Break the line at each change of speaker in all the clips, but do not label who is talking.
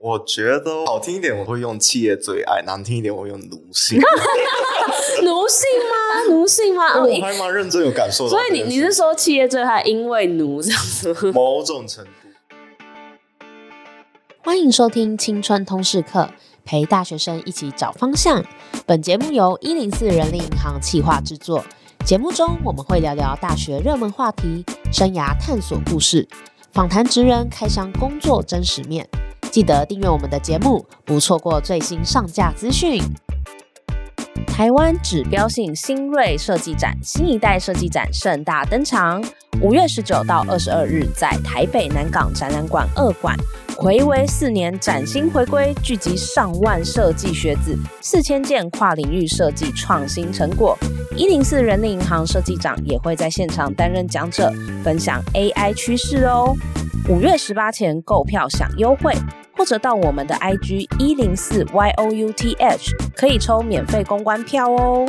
我觉得好听一点我会用企业最爱，难听一点我会用奴性。
奴性吗？奴性吗？哦
我还蛮认真有感受到
所
这件事。
以你你是说企业最害因为奴这样子吗？
某种程度，
欢迎收听《青春通识课》，陪大学生一起找方向。本节目由一零四人力银行企划制作。节目中我们会聊聊大学热门话题、生涯探索故事，访谈职人开箱工作真实面。记得订阅我们的节目，不错过最新上架资讯。
台湾指标性新锐设计展新一代设计展盛大登场，五月十九到二十二日在台北南港展览馆二馆，回违四年崭新回归，聚集上万设计学子，四千件跨领域设计创新成果。一零四人力银行设计长也会在现场担任讲者，分享 AI 趋势哦。五月十八前购票享优惠，或者到我们的 IG 一零四 youth 可以抽免费公关票哦。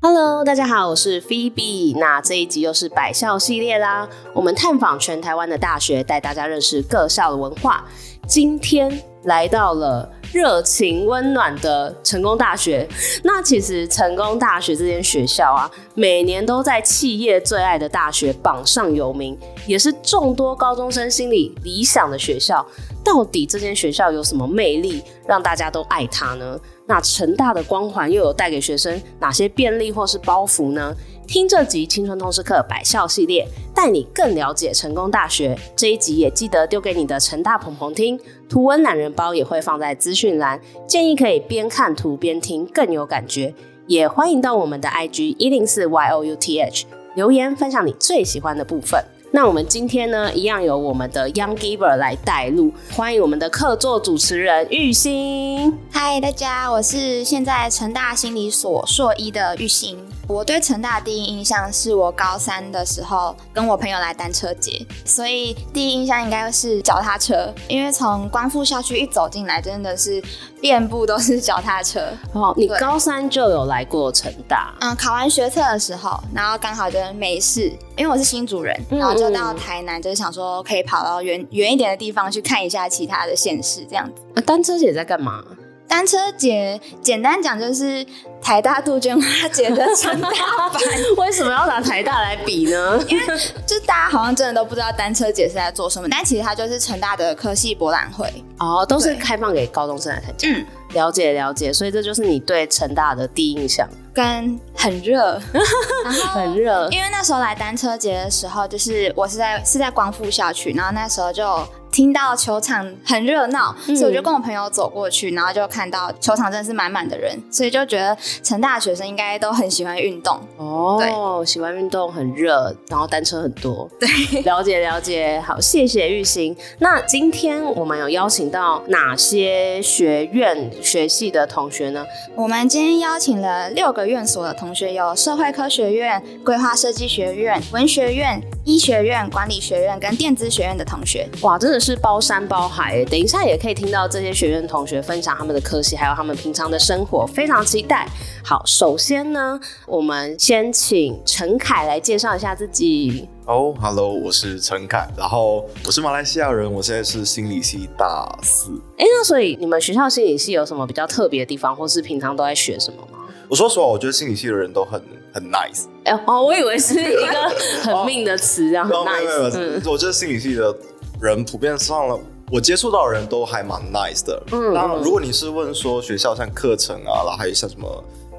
Hello，大家好，我是 Phoebe。那这一集又是百校系列啦，我们探访全台湾的大学，带大家认识各校的文化。今天来到了热情温暖的成功大学。那其实成功大学这间学校啊，每年都在企业最爱的大学榜上有名，也是众多高中生心里理想的学校。到底这间学校有什么魅力，让大家都爱它呢？那成大的光环又有带给学生哪些便利或是包袱呢？听这集《青春通识课》百校系列，带你更了解成功大学。这一集也记得丢给你的成大鹏鹏听，图文懒人包也会放在资讯栏，建议可以边看图边听，更有感觉。也欢迎到我们的 IG 一零四 youth 留言分享你最喜欢的部分。那我们今天呢，一样由我们的 Young Giver 来带路，欢迎我们的客座主持人玉兴。
嗨，大家，我是现在成大心理所硕一的玉兴。我对成大的第一印象是我高三的时候跟我朋友来单车节，所以第一印象应该是脚踏车，因为从光复校区一走进来，真的是遍布都是脚踏车。
哦，你
对
高三就有来过成大，
嗯，考完学测的时候，然后刚好就是没事，因为我是新主人，
嗯
然后就到台南，就是想说可以跑到远远一点的地方去看一下其他的县市这样子。
啊、单车姐在干嘛？
单车节简单讲就是台大杜鹃花节的成大 版，
为什么要拿台大来比呢？
就大家好像真的都不知道单车节是在做什么，但其实它就是成大的科系博览会。
哦，都是
对
开放给高中生来参加。
嗯，
了解了解，所以这就是你对成大的第一印象，
跟很热，然后
很热。
因为那时候来单车节的时候，就是我是在是在光复校区，然后那时候就听到球场很热闹，
嗯
所以我就跟我朋友走过去，然后就看到球场真的是满满的人，所以就觉得成大的学生应该都很喜欢运动。
哦，喜欢运动，很热，然后单车很多。对， 了解了解。好，谢谢玉兴。那今天我们有邀请到哪些学院学系的同学呢？
我们今天邀请了六个院所的同学，有社会科学院、规划设计学院、文学院、医学院、管理学院跟电资学院的同学。
哇，真的是包山包海欸耶！等一下也可以听到这些学院同学分享他们的科系，还有他们平常的生活，非常期待。好，首先呢，我们先请陈凯来介绍一下自己。
哦、h e l l o 我是陈凯，然后我是马来西亚人，我现在是心理系大四。
哎，那所以你们学校心理系有什么比较特别的地方，或是平常都在学什么吗？
我说实话，我觉得心理系的人都很很 nice，
哎、哦，我以为是一个 很命的词，这样很
哦没有没有
nice。
没
嗯
有，我觉得心理系的人普遍上了。我接触到的人都还蛮 nice 的。
嗯
那
嗯
如果你是问说学校像课程啊，然后还有像什么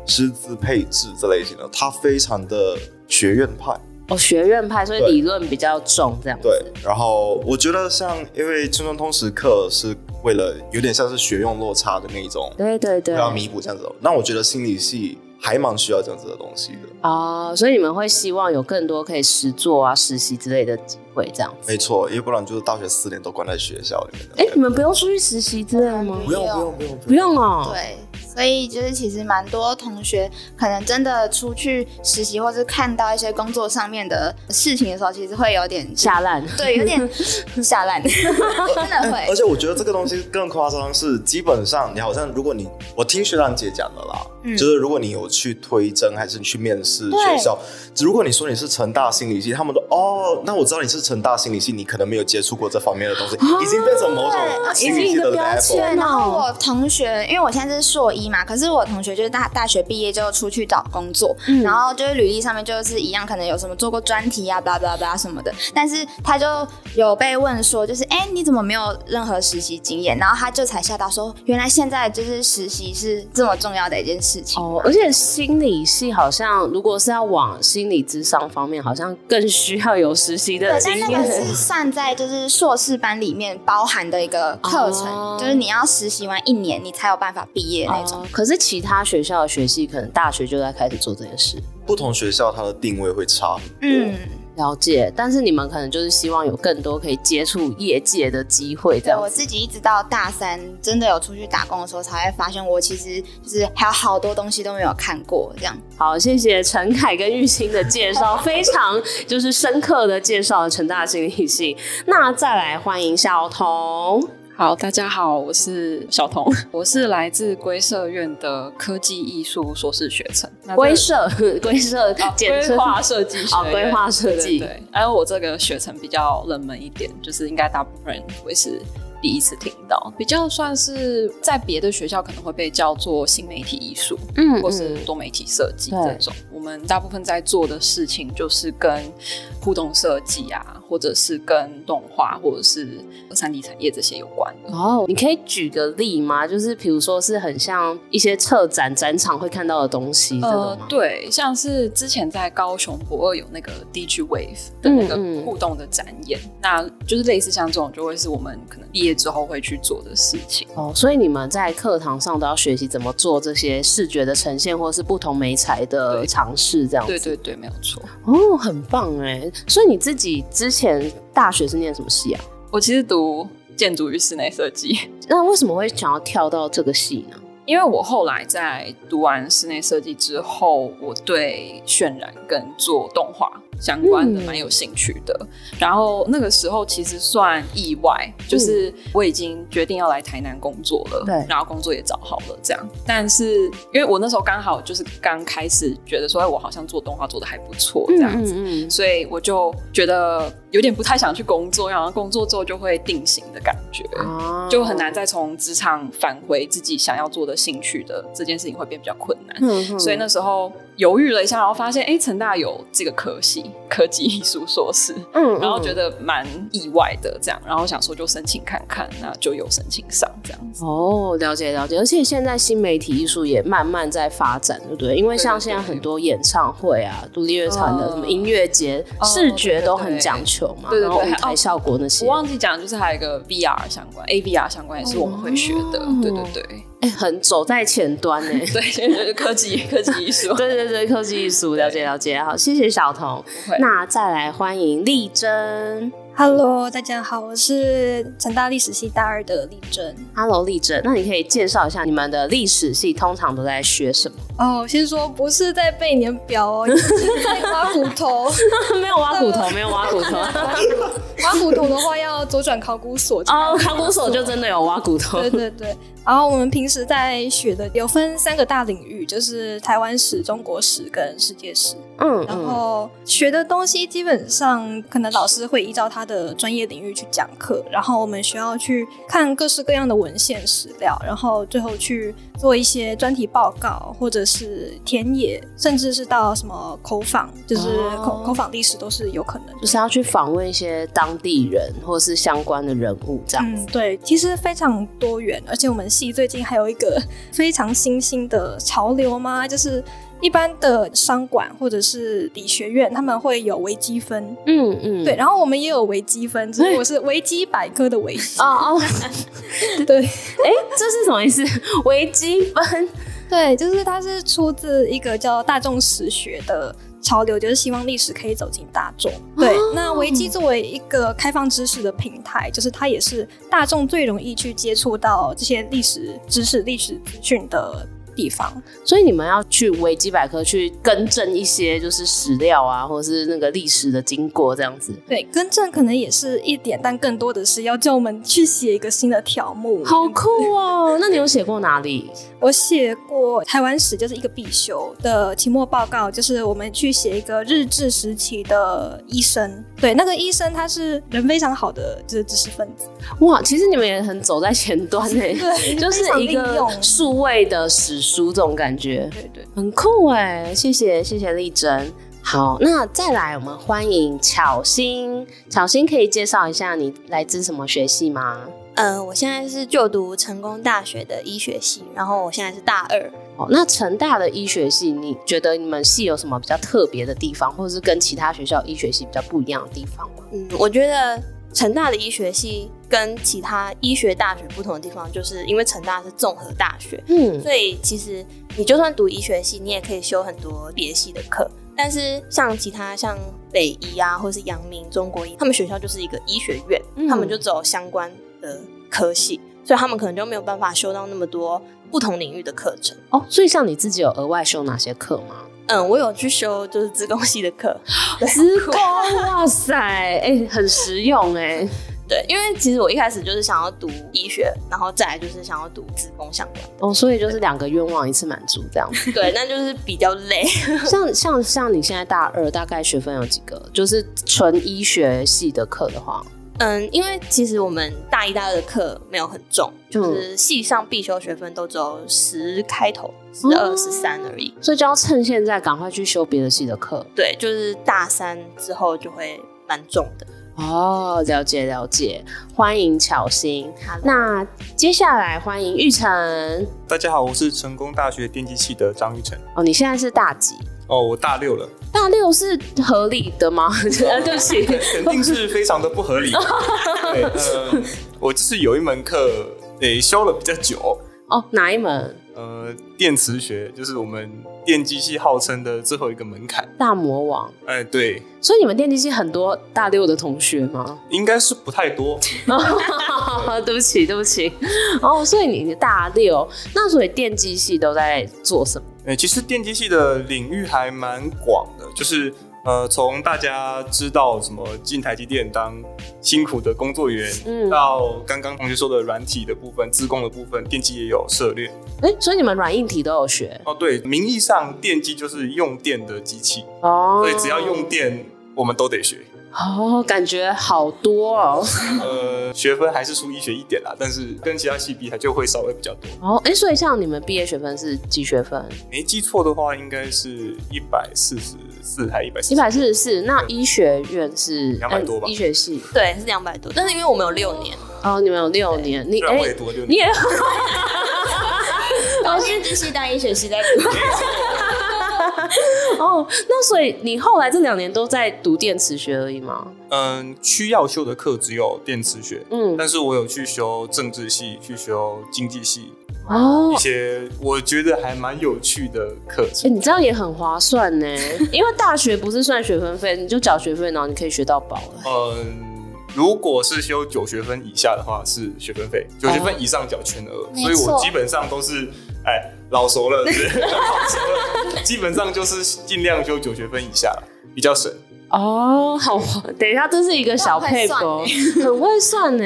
师资配置这类型的，它非常的学院派。
哦，学院派，所以
对
理论比较重，这样子。
对，然后我觉得像因为青春通识课是为了有点像是学用落差的那一种，
对对对。
要弥补这样子。那我觉得心理系还蛮需要这样子的东西的。
哦，所以你们会希望有更多可以实作啊、实习之类的机会，这样子。
没错，要不然就是大学四
哎
年都关在学校里面的。
哎、你们不用出去实习之类的吗？
不
不用
用
不用不用
不用哦。
对，所以就是其实蛮多同学可能真的出去实习，或是看到一些工作上面的事情的时候，其实会有点
下烂。
对，有点 下烂，真的
哎而
会。
且我觉得这个东西更夸张是，基本上你好像如果你，我听学长姐讲的啦，
嗯
就是如果你有去推甄还是去面试
对
学校，如果你说你是成大心理系，他们都哦，那我知道你是成大心理系，你可能没有接触过这方面的东西，已经变成某
对
种心理系的 level。
对，然后
哦
我同学，因为我现在是硕一嘛，可是我同学就是大大学毕业就出去找工作，
嗯
然后就是履历上面就是一样，可能有什么做过专题啊、blah blah blah 什么的，但是他就有被问说，就是哎、你怎么没有任何实习经验？然后他就才吓到说，原来现在就是实习是这么重要的一件事情。
哦，而且心理系好像，如果是要往心理智商方面，好像更需要有实习的
对，
经
但那
验哦
个。是算在就是硕士班里面包含的一个课程，
哦
就是你要实习完一年，你才有办法毕业那种。
哦可是其他学校的学系，可能大学就在开始做这件事。
不同学校它的定位会差很多。
嗯，
了解，但是你们可能就是希望有更多可以接触业界的机会，这
对
样
我
子
自己一直到大三真的有出去打工的时候，才会发现我其实就是还有好多东西都没有看过这样。
好，谢谢陈凯跟玉清的介 绍，非常就是深刻的介绍了成大心理系。那再来欢迎小童，
好，大家好，我是小童，我是来自龟社院的科技艺术硕士学程， 那这
龟社龟 社
啊
简
规
称
划设计学
哦
院
规划设计
对对对。而我这个学程比较冷门一点，就是应该大部分人会是第一次听到，比较算是在别的学校可能会被叫做新媒体艺术，
嗯
或是多媒体设计
对
这种。我们大部分在做的事情就是跟互动设计啊，或者是跟动画，或者是三 D 产业这些有关的。
哦，你可以举个例吗？就是比如说是很像一些策展展场会看到的东西，这种
呃
吗，？
对，像是之前在高雄博二有那个 DG Wave 的那
嗯嗯
个互动的展演，那就是类似像这种，就会是我们可能毕业之后会去做的事情。
哦，所以你们在课堂上都要学习怎么做这些视觉的呈现，或是不同媒材的
对
尝试，这样子。
对对对，没有错。
哦，很棒哎！所以你自己之前大学是念什么系啊？
我其实读建筑与室内设计，
那为什么会想要跳到这个系呢？
因为我后来在读完室内设计之后，我对渲染跟做动画相关的
嗯
蛮有兴趣的。然后那个时候其实算意外，就是我已经决定要来台南工作了，
嗯对
然后工作也找好了这样。但是因为我那时候刚好就是刚开始觉得说，哎，我好像做动画做的还不错这样子。
嗯
所以我就觉得有点不太想去工作，然后工作之后就会定型的感觉。
啊
就很难。再从职场返回自己想要做的兴趣的这件事情会变比较困难。
嗯嗯
所以那时候犹豫了一下，然后发现哎，诶成大有这个科系，科技艺术硕士，
嗯
然后觉得蛮意外的这样，然后想说就申请看看，那就有申请上这样子。
哦，了解了解，而且现在新媒体艺术也慢慢在发展，对不对？因为
对对
像现在
对
很多演唱会啊、独立乐团的
哦
什么音乐节，
哦
视觉
对对
都很
对
讲求嘛，
对对
然后
对
舞
还
台
哦
效果那些
我，忘记讲，就是还有一个 VR 相关，AVR 相关也是我们会学的，
哦
对对对
哎，很走在前端呢。
对，现在就是科技科技艺术。
对 对对，科技艺术了解了解，好，谢谢小童。
不会
那再来欢迎丽珍
Hello，大家好，我是成大历史系大二的丽珍。
，Hello 丽珍，那你可以介绍一下你们的历史系通常都在学什么？
哦，先说不是在背年表哦，就是在挖骨头。
没有挖骨头，没有挖骨 头。
挖骨头的话，要左转考古所。
哦，考古所就真的有挖骨头。
对对对，然后我们平时在学的有分三个大领域，就是台湾史、中国史跟世界史。
嗯
然
嗯
后学的东西基本上可能老师会依照他的专业领域去讲课，然后我们需要去看各式各样的文献史料，然后最后去做一些专题报告或者是田野，甚至是到什么口访，就是
哦
口、口访历史都是有可能的。
就是要去访问一些当地人或是相关的人物，这样。
嗯，对，其实非常多元，而且我们系最近还有一个非常新兴的潮流嘛，就是一般的商管或者是理学院，他们会有微积分，
嗯嗯，
对，。然后我们也有维基分，只是我是维基百科的维，
哦 哦，
对
哎，这是什么意思？ 微积分
对，就是它是出自一个叫大众史学的潮流，就是希望历史可以走进大众。对，那维基作为一个开放知识的平台，就是它也是大众最容易去接触到这些历史知识、历史资讯的。地方。
所以你们要去维基百科去更正一些，就是史料啊，或者是那个历史的经过这样子。
对，更正可能也是一点，但更多的是要叫我们去写一个新的条目。
好酷哦！那你有写过哪里？
我写过台湾史，就是一个必修的期末报告，就是我们去写一个日治时期的医生。对，那个医生他是人非常好的，就是知识分子。
哇，其实你们也很走在前端 诶、
对
就是一个数位的史书这种感觉，
对对，
很酷哎、谢谢谢谢丽珍。好，那再来我们欢迎巧心，巧心可以介绍一下你来自什么学系吗？
呃，我现在是就读成功大学的医学系，然后我现在是大二。
哦，那成大的医学系，你觉得你们系有什么比较特别的地方，或者是跟其他学校医学系比较不一样的地方吗？
嗯，我觉得成大的医学系跟其他医学大学不同的地方，就是因为成大是综合大学，
嗯，
所以其实你就算读医学系，你也可以修很多别系的课。但是像其他像北医啊，或是阳明、中国医，他们学校就是一个医学院，
嗯
他们就走相关的科系，所以他们可能就没有办法修到那么多不同领域的课程。
哦，所以像你自己有额外修哪些课 吗？
嗯，我有去修就是资工系的课，
职工，哇塞，哎、很实用哎、
对，因为其实我一开始就是想要读医学，然后再来就是想要读职工相关
哦，所以就是两个愿望一次满足这样。
的， 对，那就是比较累。
像像像你现在大二，大概学分有几个？就是纯医学系的课的话，
嗯，因为其实我们大一、大二的课没有很重，就是系上必修学分都只有十开头，十
哦
二、十三而已。
所以就要趁现在赶快去修别的系的课。
对，就是大三之后就会蛮重的。
哦，了解了解，欢迎巧心。
好
那接下来欢迎玉成。
大家好，我是成功大学电机系的张玉成。
哦，你现在是大几？
哦，我大六 了，
大六是合理的吗？ 呃对不起，
对肯定是非常的 不合理。对，呃，我就是有一门课，诶、修了比较久，
哦，哪一门？
呃，电磁学就是我们电机系号称的最后一个门槛。
大魔王。
哎、对，
所以你们电机系很多大六的同学吗？
应该是不太多。
对不起，对不起。哦，所以你大六，那所以电机系都在做什么？
呃，其实电机系的领域还蛮广的，就是呃，从大家知道什么进台积电当辛苦的工作员，
嗯
到刚刚同学说的软体的部分、自工的部分，电机也有涉猎。
哎、所以你们软硬体都有学
哦，对，名义上电机就是用电的机器，
哦
所以只要用电，我们都得 学。
哦，感觉好多哦。
呃，学分还是输医学一点啦，但是跟其他系比，它就会稍微比较多。
哦，哎、所以像你们毕业学分是几学分？
没记错的话，应该是一百四十四还一百
一百四十四。那医学院是
200多吧
嗯医学系
对，是两百多，但是因为我们有六年，
哦，你们有六年，你
虽然
哎、
啊我也读了六
你
年，
也
我是只是当医学系在
哦，那所以你后来这两年都在读电磁学而已吗？
嗯，需要修的课只有电磁学，
嗯，
但是我有去修政治系，去修经济系，
哦
一，些我觉得还蛮有趣的课
哎、
程。
你这样也很划算呢， 因为大学不是算学分费，你就缴学费，然后你可以学到饱了。
嗯，如果是修九学分以下的话，是学分费；九学分以上缴全额，
哦没
所以我
错
基本上都是哎老熟了，对 老熟了，基本上就是尽量修九学分以下，比较省。
哦，好，等一下，这是一个小配啊博， 很会算呢。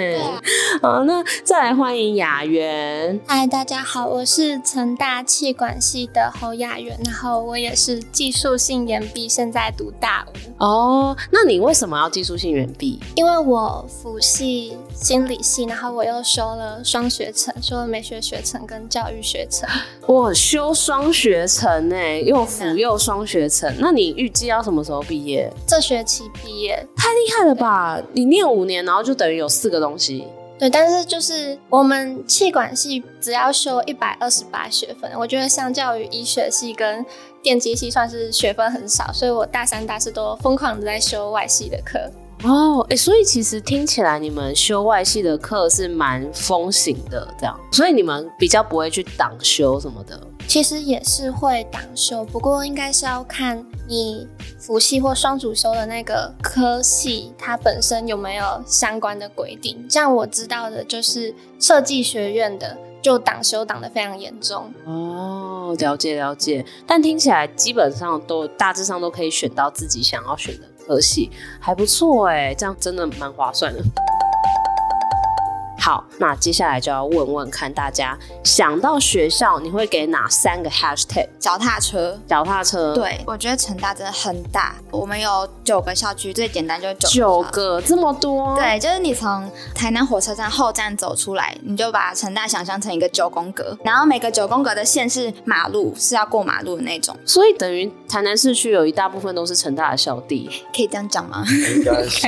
好，那再来欢迎雅媛。
嗨，大家好，我是成大气管系的侯雅媛，然后我也是技术性研毕，现在读大五。
哦，那你为什么要技术性远毕？
因为我辅系心理系，然后我又修了双学程，修了美学学程跟教育学程。
我修双学程呢，又辅又双学程。那你预计要什么时候毕业？
这学期毕业，
太厉害了吧！你念五年，然后就等于有四个东西。
对，但是就是我们气管系只要修一百二十八学分，我觉得相较于医学系跟电机系算是学分很少，所以我大三、大四都疯狂的在修外系的课。
哦，哎、所以其实听起来你们修外系的课是蛮风行的，这样，所以你们比较不会去挡修什么的。
其实也是会挡修，不过应该是要看你辅系或双主修的那个科系，它本身有没有相关的规定。像我知道的，就是设计学院的就挡修挡得非常严重。
哦。哦，了解了解。但听起来基本上都大致上都可以选到自己想要选的科系，还不错哎，这样真的蛮划算的。好，那接下来就要问问看大家，想到学校你会给哪三个 hashtag？
脚踏车。
脚踏车，，
对，我觉得成大真的很大，我们有九个校区，最简单就是
九
个校区。
个这么多，，
对，就是你从台南火车站后站走出来，你就把成大想象成一个九宫格，然后每个九宫格的线是马路，是要过马路的那种，
所以等于台南市区有一大部分都是成大的校地。
可以这样讲吗？
应该是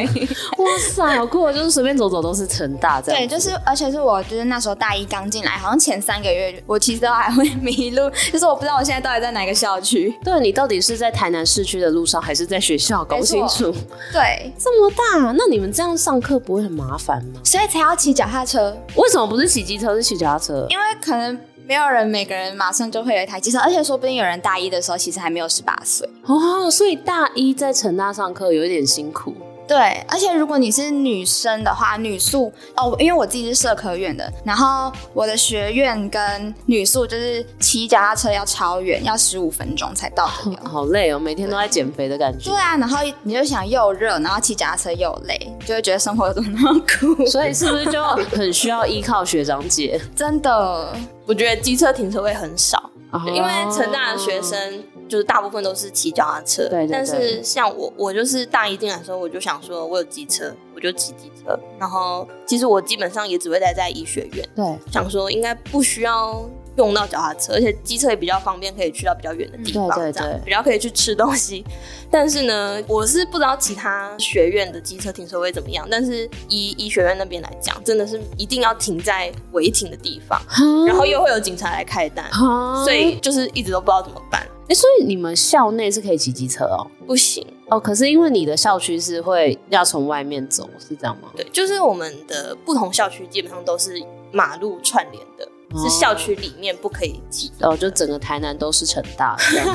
哇塞，好酷！哦，就是随便走走都是成大这样。
对，就是，而且是我就是那时候大一刚进来，好像前三个月，我其实都还会迷路，就是我不知道我现在到底在哪个校区。
对你到底是在台南市区的路上，还是在学校？搞不清楚。
对，
这么大，那你们这样上课不会很麻烦吗？
所以才要骑脚踏车，
为什么不是骑机车，是骑脚踏车？
因为可能没有人每个人马上就会有一台机车，而且说不定有人大一的时候其实还没有十八岁。
哦，所以大一在成大上课有一点辛苦。
对，而且如果你是女生的话，女宿哦，因为我自己是社科院的，然后我的学院跟女宿就是骑脚踏车要超远，要十五分钟才到得了。
好累哦，每天都在减肥的感觉
对。啊，然后你就想又热，然后骑脚踏车又累，就会觉得生活怎么那么 苦，
所以是不是就很需要依靠学长姐？
真的。
我觉得机车停车位很少，
啊
因为成大的学
哦，
生就是大部分都是骑脚踏车，
对对对
但是像我，我就是大一进来的时候，我就想说我有机车，我就骑机车。然后其实我基本上也只会待在医学院，
对
想说应该不需要用到脚踏车，而且机车也比较方便，可以去到比较远的地方，
嗯对对
这样
对
比较可以去吃东西。但是呢，我是不知道其他学院的机车停车位怎么样，但是以医学院那边来讲，真的是一定要停在违停的地方，
哦
然后又会有警察来开单，
啊
所以就是一直都不知道怎么办，
哎，所以你们校内是可以骑机车哦。
不行。
哦，可是因为你的校区是会要从外面走，是这样吗？
对，就是我们的不同校区基本上都是马路串联的，
哦
是校区里面不可以骑。
哦，就整个台南都是成大这样。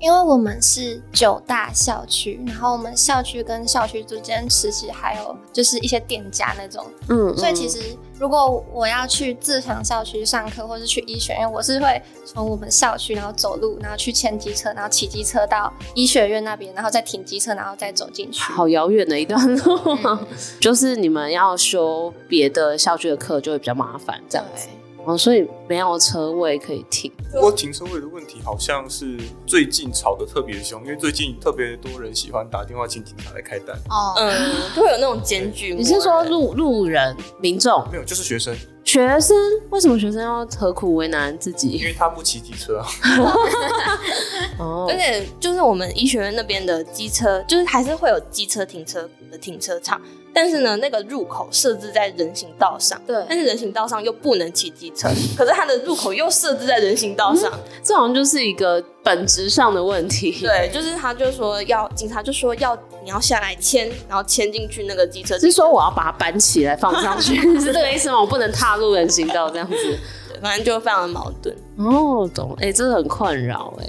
因为我们是九大校区，然后我们校区跟校区之间其实还有就是一些店家那种，
嗯
所以其实如果我要去自强校区上课，或是去医学院，我是会从我们校区，然后走路，然后去牵机车，然后骑机车到医学院那边，然后再停机车，然后再走进去。
好遥远的一段路啊， 就是你们要修别的校区的课就会比较麻烦这样子。哦，所以没有车位可以停。
不过停车位的问题好像是最近吵得特别凶，因为最近特别多人喜欢打电话请警察来开单。
哦，
嗯，会有那种间距。
你是说路路人、民众、
没有，就是学生，
学生？为什么学生要何苦为难自
因
己？
为他不骑机车啊。
哦
而，且就是我们医学院那边的机车，就是还是会有机车停车的停车场，但是呢，那个入口设置在人行道上，
对
但是人行道上又不能骑机车，可是它的入口又设置在人行道上，
这好像就是一个本质上的问题。
对，就是他就说要警察就说要你要下来签，然后签进去那个机车，
是说我要把它搬起来放上 去，是这个意思吗？我不能踏入人行道这样子。
对反正就非常的矛盾。
哦，懂，哎、真的很困扰，哎，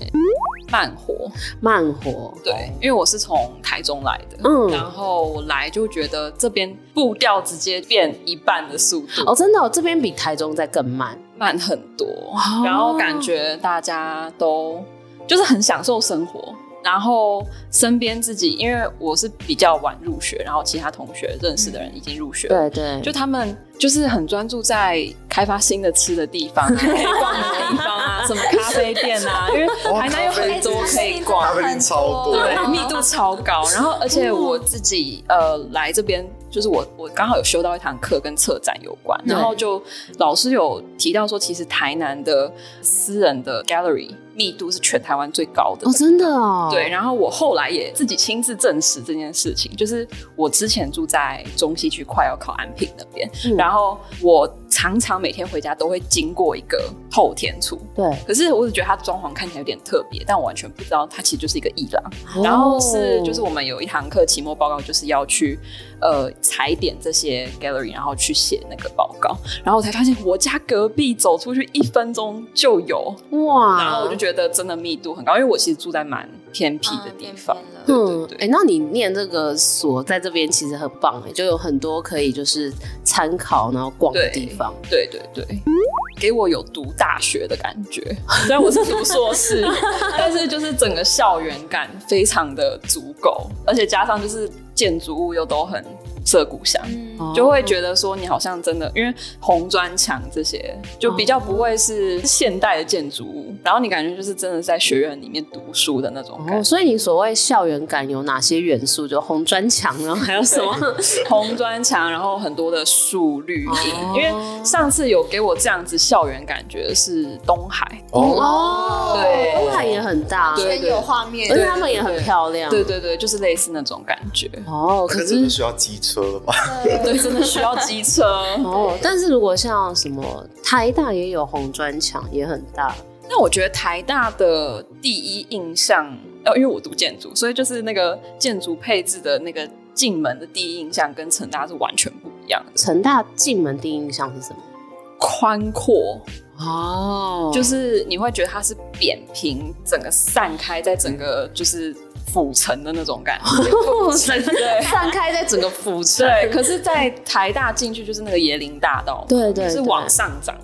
慢活，
慢活，
对，因为我是从台中来的，
哦嗯
然后我来就觉得这边步调直接变一半的速度，
哦，真的、哦，这边比台中在更慢，
慢很多，
哦
然后感觉大家都就是很享受生活。然后身边自己，因为我是比较晚入学，然后其他同学认识的人已经入学了，
对对，
就他们就是很专注在开发新的吃的地 方、啊、可以逛的地方啊，什么咖啡店啊，因为台南有很多可以逛
哦咖，啡厅超多，
对，密度超高。然后，而且我自己呃来这边，就是我我刚好有修到一堂课跟策展有关，
对
然后就老师有提到说，其实台南的私人的 gallery 密度是全台湾最高的
哦，。真的哦，
对，，然后我后来也自己亲自证实这件事情，就是我之前住在中西区，快要靠安平那边，
嗯
然后我常常每天回家都会经过一个透天厝，
对，
可是我只觉得它装潢看起来有点特别，但我完全不知道它其实就是一个艺廊。然
哦
后是就是我们有一堂课期末报告，就是要去呃踩点这些 gallery，然后去写那个报告。然后我才发现我家隔壁走出去一分钟就有，
哇，
然后我就觉得真的密度很高，因为我其实住在蛮偏僻的
嗯
地
边
方。
边了
对对
哎、
对，
那你念这个所在这边其实很棒、欸，就有很多可以就是参考然后逛的地方。
对对对，给我有读大学的感觉。虽然我是读硕士， 但是就是整个校园感非常的足够，而且加上就是建筑物又都很涩谷香。
哦
就会觉得说你好像真的，因为红砖墙这些就比较不会
哦
是现代的建筑物，然后你感觉就是真的在学院里面读书的那种感
哦，
觉。
所以你所谓校园感有哪些元素？就红砖墙，啊然后 还有什么？
红砖墙，然后很多的树绿
哦
荫，因为上次有给我这样子校园感觉的是东海，
哦，
对
东海也很大，
对
有画面
而且他们也很漂亮。
对对对，就是类似那种感觉。
哦，
可
可
是真
是
的需要机车了吧？
对，真的需要机车。
哦，但是如果像什么台大也有红砖墙，也很大。
那我觉得台大的第一印象，呃，因为我读建筑，所以就是那个建筑配置的那个进门的第一印象跟成大是完全不一样的，
成大进门第一印象是什么？
宽阔，
哦就
就是是你会觉得它是扁平，整个散开在整个就是府城的那种感 觉。
整 个
对
散开在整个府城。
对，可是，在台大进去就是那个椰林大道，
对对
是
对
往上涨，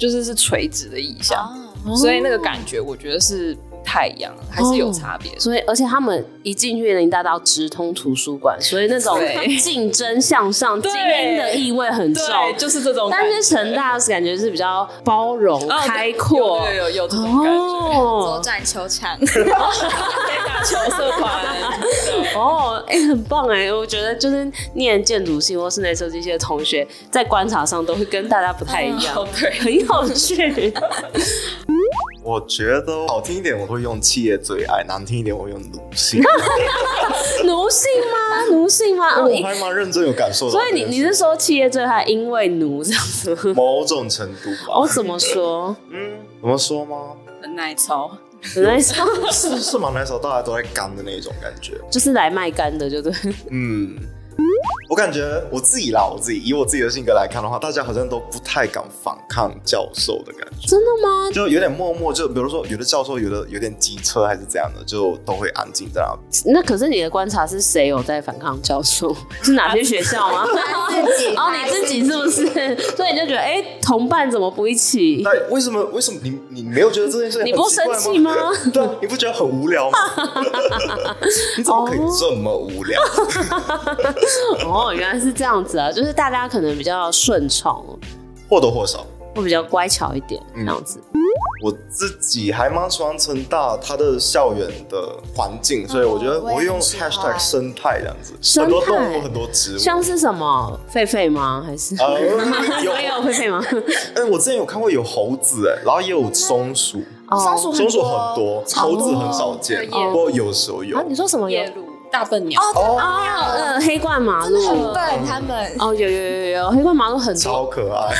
就是是垂直的意象，
啊哦
哦
所以那个感觉我觉得是不太一样，还是有差别。
所以，而且他们一进去林大道直通图书馆，所以那种
对
竞争向上、精
对
英的意味很重。
对，就是这种感
但
觉。
是成大感觉是比较包容、
哦对
开阔
有有有有这种感觉，
左
哦
转球场，
可以打球社团，
哦，哎、很棒哎、我觉得就是念建筑系或室内设计系的同学，在观察上都会跟大家不太一 样，
对，
很有趣。
我觉得好听一点我会用企业最爱，难听一点我会用奴性。
奴性吗？奴性 吗？哦
我还蛮认真有感受到
所
这
以
件事。
你你是说企业最害因为奴这样子吗？
某种程度
我、
哦
吧？
怎么 说？
嗯，怎么说吗？
很耐操。
本来说
是是蛮那时候大家都在干的那种感觉。
就是来卖干的，就对。
嗯，我感觉我自己啦，我自己以我自己的性格来看的话，大家好像都不太敢反抗教授的感觉。
真的吗？
就有点默默，就比如说有的教授有的有点机车还是怎样的，就都会安静在那边。
那可是你的观察是谁有在反抗教授？ 是哪些学校吗？
自己
哦，你自己是不是？ 所以你就觉得，哎、同伴怎么不一起？
那为什么为什么你你没有觉得这件事情
你不
很奇怪
生气吗
对啊，你不觉得很无聊 吗？你怎么可以这么无聊？
哦，原来是这样子啊，就是大家可能比较顺从，
或多或少，
会比较乖巧一点，这
嗯
样子。
我自己还蛮喜欢成大它的校园的环境，所以我觉得我会用
我也很喜欢
hashtag 生态这样子，
生
很
态
多动物，很多植物。
像是什么狒狒吗？还是？
呃，有，
也有狒狒吗？
哎，我之前有看过有猴子，哎，然后也有松鼠，
松
哦
鼠
松鼠很多，猴子很少见，
哦
不过有时候有
啊，。你说什么有？
夜鹭、大笨鸟，
哦，
呃，黑冠马
真的很
路。
笨，他们
哦，有有有有有，黑冠马路很多
超可爱。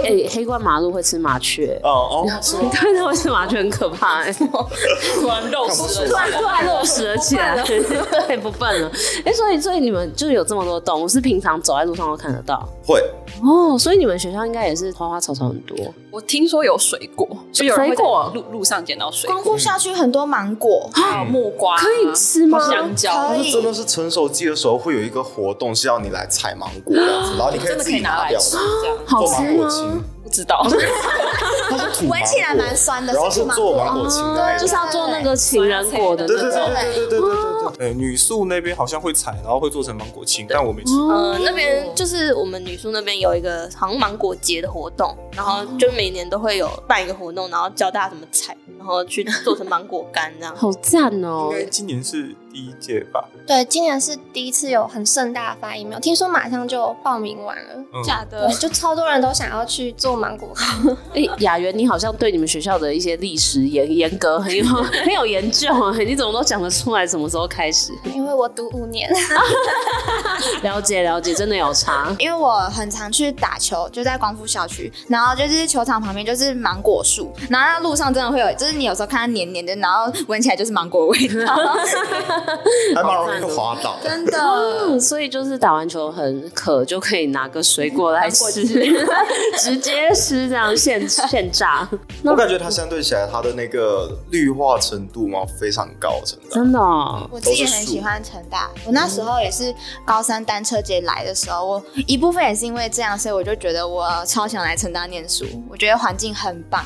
对，
哎、黑冠麻鹿会吃麻 雀，
哦
嗯
哦，
对，它会吃麻雀很可怕、欸，
突然肉食了。
哦突然肉食了起来，对，不笨了。哎、所以所以你们就有这么多动物，是平常走在路上都看得到
会
哦。所以你们学校应该也是花花草草很多，
我听说有水果，就有人会在
水果嗯
路路上捡到水
光
果，
复校区很多芒果，
还有木瓜，啊可
可以吃吗？
香蕉
可。
但
以
是真的是成熟季的时候会有一个活动是要你来采芒果这样子，然后你可以
真的
自
可以
己
拿来
掉
吃，这样
好
做
吃
芒果
吗
青，
不知道，
它是土
闻起来
芒果
蛮酸的，
然后是
吗
做芒果青的那
就
种
是。要做那个情人果的
对
那
对
种。。
对对对对对对
呃，女宿那边好像会采，然后会做成芒果青，但我没吃。
呃，那边就是我们女宿那边有一个好像芒果节的活动，然后就每年都会有办一个活动，然后教大家怎么采，然后去做成芒果干这样
好赞哦
应、该今年是第一届吧？
对，今年是第一次有很盛大的发疫苗，听说马上就报名完了，
哦
嗯
假的
对，就超多人都想要去做芒果干。
哎、雅媛，你好像对你们学校的一些历史严严格很有 很有研究啊，你怎么都讲得出来什么时候开始？
因为我读五年，
了解了解，真的有差。
因为我很常去打球，就在光复校区，然后就是球场旁边就是芒果树， 然后那路上真的会有，就是你有时候看它黏黏的，然后闻起来就是芒果味道。
还蛮容易滑倒的。
真的，
嗯，所以就是打完球很渴，就可以拿个水果来吃，直接吃这样现现榨，
我感觉它相对起来，它的那个绿化程度嘛非常高，真的。
真的、哦。
我自己也很喜欢成大。我那时候也是高三单车节来的时候，我一部分也是因为这样，所以我就觉得我超想来成大念书。我觉得环境很棒，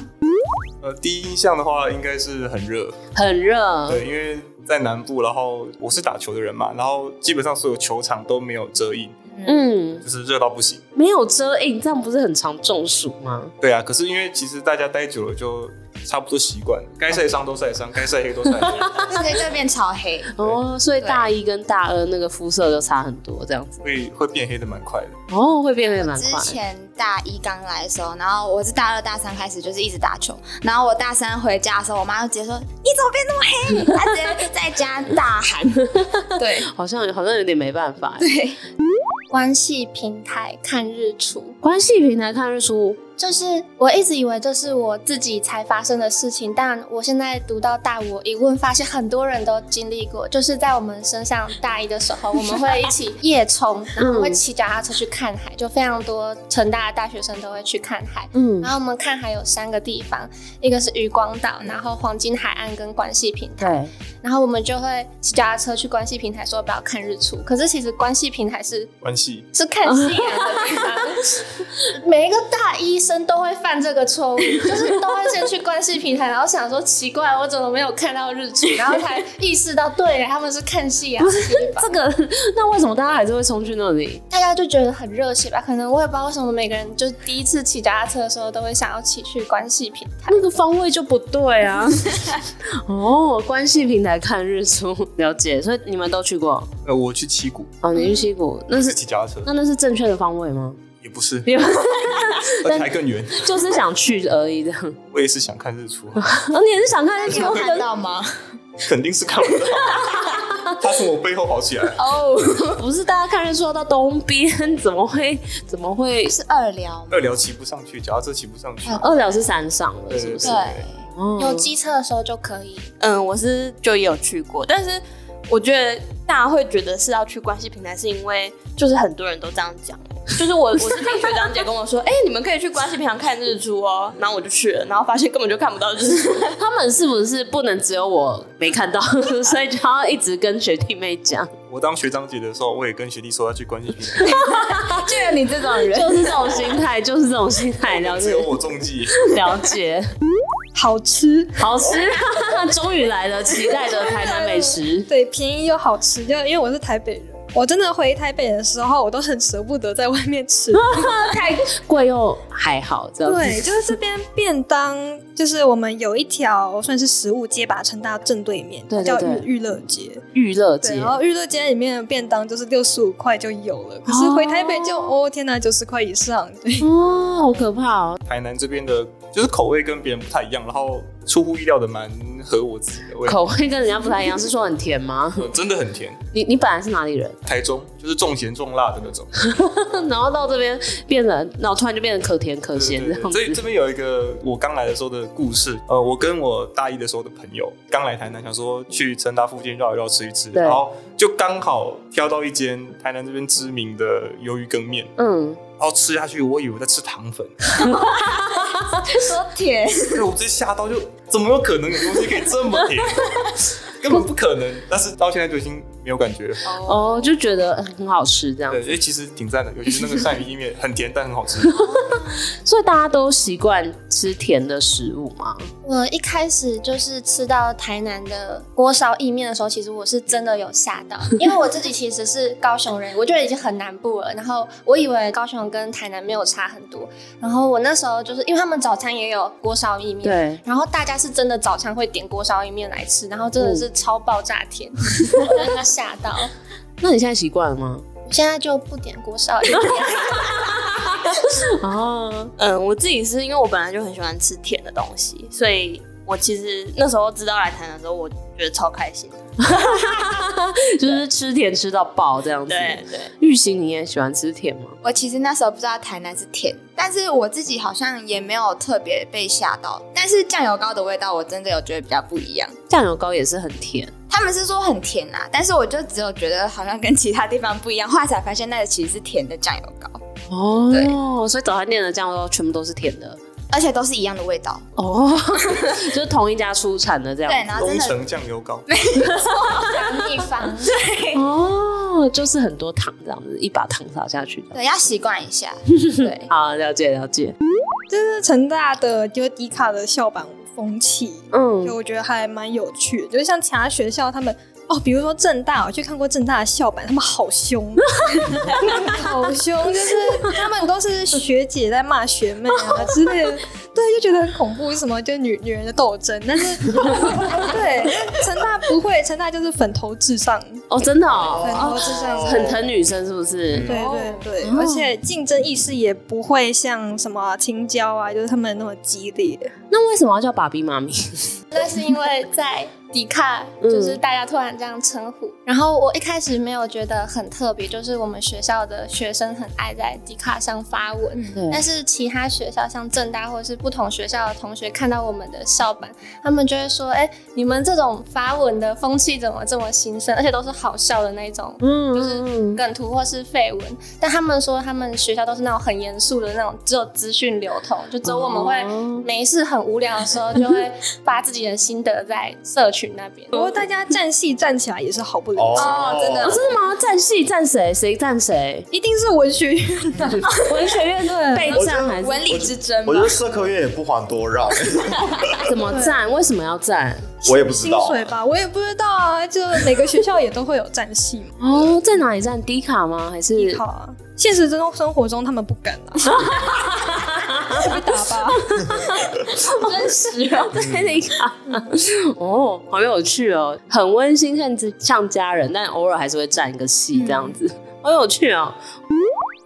呃，第一印象的话，应该是很热，
很热，
对，因为在南部，然后我是打球的人嘛，然后基本上所有球场都没有遮阴，
嗯，
就是热到不行。
没有遮印，这样不是很常中暑吗？
对啊，可是因为其实大家待久了就差不多习惯了，该晒伤都晒伤，该晒黑都晒黑。
所以就变超黑。
哦，所以大一跟大二那个肤色就差很多，这样子
会会变黑的蛮快的。
哦，会变得蛮
之
快。
前大一刚来的时候，然后我是大二大三开始就是一直打球，然后我大三回家的时候，我妈就直接说：“你怎么变那么黑？”她直接在家大喊。 对
好像好像有点没办法。
对，
关系平台看日出。
关系平台看日出，
就是我一直以为这是我自己才发生的事情，但我现在读到大五，一问发现很多人都经历过。 就是在我们升上大一的时候，我们会一起夜冲，然后会骑脚踏车去看海，就非常多成大的大学生都会去看海。
嗯
然，后我们看海有三个地方，一个是渔光岛，然后黄金海岸跟关系平台。
对，
然后我们就会骑脚踏车去关系平台，说要不要看日出。可是其实关系平台是
关系
是看夕阳的地方，每一个大医生都会犯这个错误，就是都会先去关系平台，然后想说奇怪，我怎么没有看到日出，然后才意识到，对，他们是看啊夕阳的地方。
这个那为什么大家还是会冲去那里？
大家就觉得很热血吧？可能我也不知道为什么，每个人就第一次骑脚踏车的时候，都会想要骑去关系平 台。
那个方位就不对 啊。哦，关系平台看日出，了解。所以你们都去过
呃，我去七股
哦？你去西谷，那是
骑脚踏车
那那是正确的方位吗？
也不是，
你们
而且还更远。
就是想去而已的。哦，
我也是想看日出，啊
你也是想看日
你
出
有看
的？
到吗？
肯定是看不到。他从我背后跑起来，
哦， 不是，大家看日出要到东边，怎么会怎么会？
是二聊吗？
二聊骑不上去，脚踏车骑不上去。
二寮是山上了，
对
是不是
对？，
哦
有机车的时候就可以，
嗯，我是就也有去过，但是我觉得大家会觉得是要去关系平台，是因为就是很多人都这样讲。就是我，我 是听学长姐跟我说，哎、你们可以去关系平台看日出 哦，然后我就去了，然后发现根本就看不到日 出，
他们是不是不能只有我没看 到，所以就要一直跟学弟妹讲？
我当学长姐的时候，我也跟学弟 说要去关系平台，
就有你这种人
就是这种心态，就是这种心态，了
只
解
有我中计。
了解，
好吃，
好 吃，终于来了，期待的台南美食。
对，便宜又好吃。就因为我是台北人，我真的回台北的时候，我都很舍不得在外 面吃。
太贵又还好，这样
对，
子。
就是这边便当，就是我们有一条算是食物街吧，成大正对面，
对对
叫
对
娱娱乐街。
娱乐
对，
街
然，后娱乐街里面的便当就是六十五块就有了，可是回台北就哦天哪，九十块以上。对，
哦，好可怕哦！
台南这边的，就是口味跟别人不太一样，然后出乎意料的蛮合我自己的味道，
口味跟人家不太一样，是说很甜吗？
呃真的很甜。
你你本来是哪里人，
台中就是重咸重辣的那种，
然后到这边变成，然后突然就变成可甜可
对
咸这
对对
样
嗯所以
子。
这边有一个我刚来的时候的故事，呃，我跟我大一的时候的朋友刚来台南，想说去成大附近绕一绕吃一吃，
对
然后就刚好挑到一间台南这边知名的鱿鱼羹面，
嗯，
然后吃下去，我以为在吃 糖粉，
说甜，
对我直接吓到就，怎么有可能有东西可以这么 甜？根本不可能，但是到现在就已经没有感觉了。
哦，就觉得嗯很好吃这样
对，。因为其实挺赞的，尤其是那个鳝鱼意面，很甜但 很好吃。
所以大家都习惯吃甜的食物吗？
我一开始就是吃到台南的锅烧意面的时候，其实我是真的有吓到，因为我自己其实是高雄人，我觉得已经很南部了。然后我以为高雄跟台南没有差很多，然后我那时候就是因为他们早餐也有锅烧意面，
对，
然后大家是真的早餐会点锅烧意面来吃，然后真的是超爆炸甜，我让他吓到。
那你现在习惯了吗？
我现在就不点锅烧意面，
哦，
嗯，我自己是因为我本来就很喜欢吃甜的东西，所以我其实那时候知道来台南的时候，我觉得超开心的。
就是吃甜吃到爆这样子。
对对，
玉兴，你也喜欢吃甜吗？
我其实那时候不知道台南是甜，但是我自己好像也没有特别被吓到。但是酱油膏的味道，我真的有觉得比较不一样。
酱油膏也是很甜，
他们是说很甜啊，但是我就只有觉得好像跟其他地方不一样，后来才发现那个其实是甜的酱油膏，
哦，所以早餐店的酱油全部都是甜的
而且都是一样的味道。
哦，就是同一家出产的这样
对，
子。
然后真
工
的
程酱油膏，
很地方，
哦，就是很多糖这样子，一把糖撒下去的。
对，要习惯一下。对，
好，了解了解。
就是成大的就是迪卡的校版风气，
嗯
就我觉得还蛮有趣的。就是像其他学校他们。哦，比如说正大，我去看过正大的校版，他们好凶， 好凶，就是他们都是学姐在骂学妹啊之类的，对，就觉得很恐怖，什么就女女人的斗争，但是 对，但成大不会，成大就是粉头至上，
哦，真的
粉
哦，
头至上，
很疼女生是不是？
对
哦
哦对对，而且竞争意识也不会像什么青椒啊，就是他们那么激烈。
那为什么要叫爸比妈咪？
那是因为在迪卡，就是大家突然这样称呼。然后我一开始没有觉得很特别，就是我们学校的学生很爱在迪卡上发文。但
对，
是其他学校，像正大或者是不同学校的同学，看到我们的校本，他们就会说：“哎、你们这种发文的风气怎么这么兴盛？而且都是好笑的那种，
嗯
就是梗图或是绯闻。”但他们说他们学校都是那种很严肃的那种，只有资讯流通，就只有我们会没事很无聊的时候，就会发自己的心得在社群那边。
不过大家站戏站起来也是毫不留情，
哦真的
哦，真的吗？站戏站谁？谁站谁？
一定是文 学院的
文学院
对
被
我觉
站
得
还是
理之争。我觉得社科院也不遑多让，
怎么站？为什么要站？，
我也不知
薪
道。
水吧，我也不知道啊。就每个学校也都会有站戏嘛
哦，在哪里站？迪卡吗？还是
好啊。现实中生活中他们不敢 啊，会被打吧？
真实啊？在迪卡。哦，好有趣哦，很温馨，甚至像家人，但偶尔还是会站一个戏这样子，好有趣哦。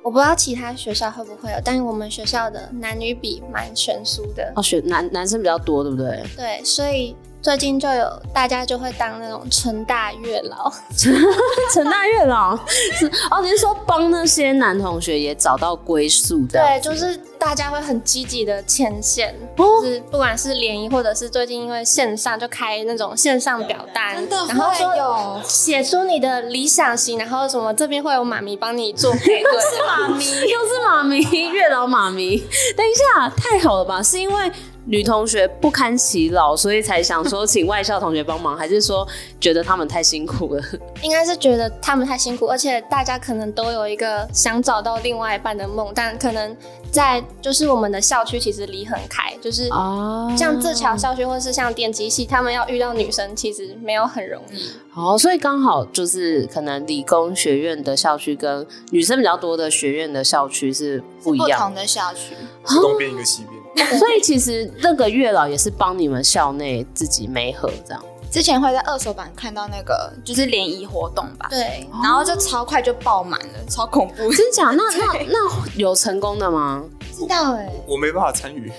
我不知道其他学校会不会有，但我们学校的男女比蛮悬殊的。
哦，选男男生比较多，对不对？
对，所以最近就有大家就会当那种成大月老，
陈大月老是哦，你是说帮那些男同学也找到归宿这样
对，
子？
就是大家会很积极的牵线，
哦
就是不管是联谊或者是最近因为线上就开那种线上表单，
真的
然后
会
说
有
写出你的理想型，然后什么这边会有妈咪帮你做 配对，是妈咪，
又是妈咪，月老妈咪。等一下，太好了吧？是因为女同学不堪其劳，所以才想说请外校同学帮忙，还是说觉得他们太辛苦了？
应该是觉得他们太辛苦，而且大家可能都有一个想找到另外一半的梦，但可能在就是我们的校区其实离很开，就是
哦
像自强校区或是像电机系，他们要遇到女生其实没有很容易。
哦，所以刚好就是可能理工学院的校区跟女生比较多的学院的校区是不一
不
样
同的校区，
东边一个西边。
的，所以其实那个月老也是帮你们校内自己媒合这样。
之前会在二手版看到那个就是联谊活动吧，
对，
然后就超快就爆满了，超恐怖。
真假？那那那有成功的吗？
知道
欸
哎、
我没办法参与，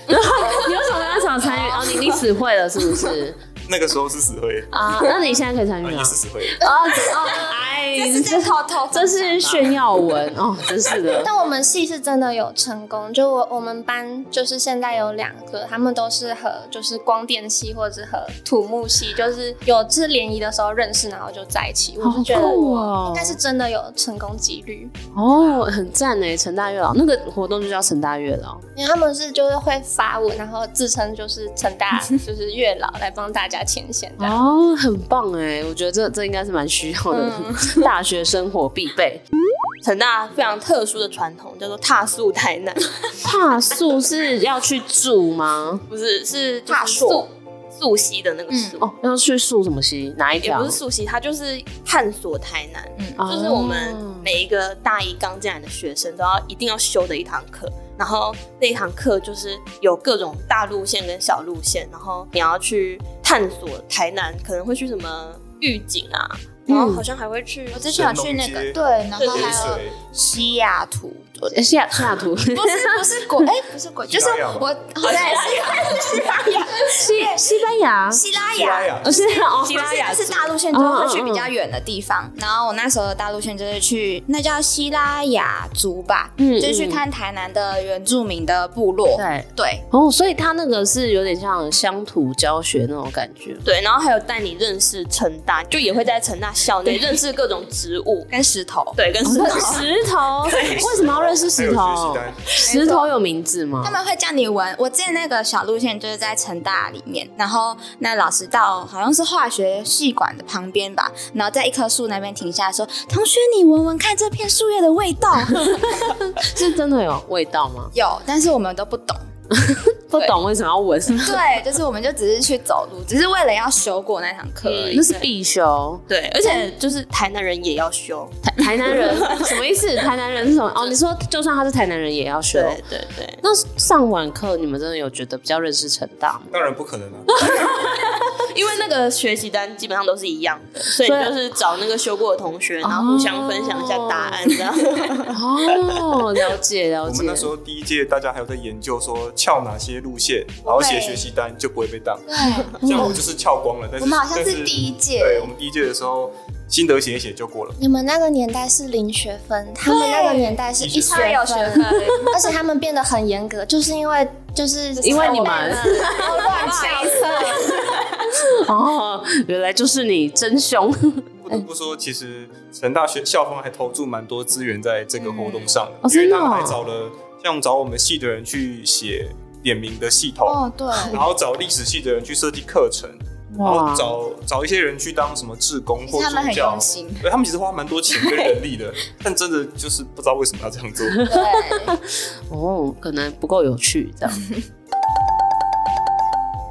你为什么要想参与？哦，你你死会了是不是？
那个时候是死灰，
啊，那你现在可以参
啊
与
也
啊
是？死灰。
啊哦， 哎，这
偷偷
这是炫耀文哦，真是的。
但我们系是真的有成功，就我我们班就是现在有两个，他们都是和就是光电系或者是和土木系，就是有次联谊的时候认识，然后就在一起。我
好
是觉得
酷
我
哦
应该是真的有成功几率，
哦，很赞呢，陈大月老那个活动就叫陈大月老，
因为他们是就是会发文，然后自称就是成 大就是月老来帮大家牵线这样。
哦，很棒哎，我觉得这这应该是蛮需要的， 大学生活必备。
成大非常特殊的传统叫做踏宿台南，
怕宿是要去住吗？
不是是就是
踏朔
溯溯溪的那个溯，
哦，要去宿什么溪？哪一
也
条？
不是溯溪，它就是探索台南，
哦，
就是我们每一个大一刚进来的学生都要一定要修的一堂课。然后那一堂课就是有各种大路线跟小路线，然后你要去探索台南，可能会去什么预警啊，然后好像还会去
我之前有去那
神农
个
街
对，然后
盐
还有
水
西雅图，
呃西雅西雅图，
不是不是国，哎、不是国，就是
西拉雅吧
我对西拉雅，
西西班牙，
希拉
西拉
雅。
雅
哦， 是哦，
希拉雅是大陆线之哦后会去比较远的地方，然后我那时候的大陆线就是去那叫希拉雅族吧，
嗯
就是去
嗯
看台南的原住民的部落。
对。
对，
哦，所以他那个是有点像乡土教学那种感 觉，
对，然后还有带你认识成大，就也会在成大校内认识各种植物，
跟石头。
对，跟石头。
石头，为什么要认识
还
石
有学习
头？
单，
石头有名字吗
他？们会叫你闻。我之前那个小路线就是在成大里面，然后那老师到好像是化学系馆的旁边吧，然后在一棵树那边停下来说：“同学，你闻闻看这片树叶的味道。
是 真的有 味道吗”？
有，但是我们都不懂。
不懂为什么要闻，
对，就是我们就只是去走路，只是为了要修过那堂课嗯而 已。
那是必修。
对，而且就是台南人也要修，
台台南人什么意思？台南人是什么？哦，你说就算他是台南人也要修。
对对对，
那上晚课你们真的有觉得比较认识成大吗？
当然不可能啊了、
因为那个学习单基本上都是一样的，所以
所以
就是找那个修过的同学，然后互相分享一下答案，这样。
哦， 了解了
我
解
们那。时候第一届大家还有在研究说翘哪些路线，然后写学习单就不会被当。对， 像我就是翘光了，但是
我们好像
但
是
是
第一届，
对，我们第一届的时候心得写一写就过了。
你们那个年代是零学分，他们那个年代是一学
他有学
分，而且他们变得很严格，就是因为就是
因为你们
乱猜测。
哦，原来就是你真凶。
不得不说，其实成大学校方还投注蛮多资源在这个活动上
哦
的，因为
真的
他
哦
们还找了像找我们系的人去写点名的系统，
哦，对，
然后找历史系的人去设计课程，然后找找一些人去当什么志工
其
或
实他们
助
很
教
用。心。
对他们其实花蛮多钱跟人力的， 但真的就是不知道为什么要 这样做。
对，
哦，可能不够有趣 这样。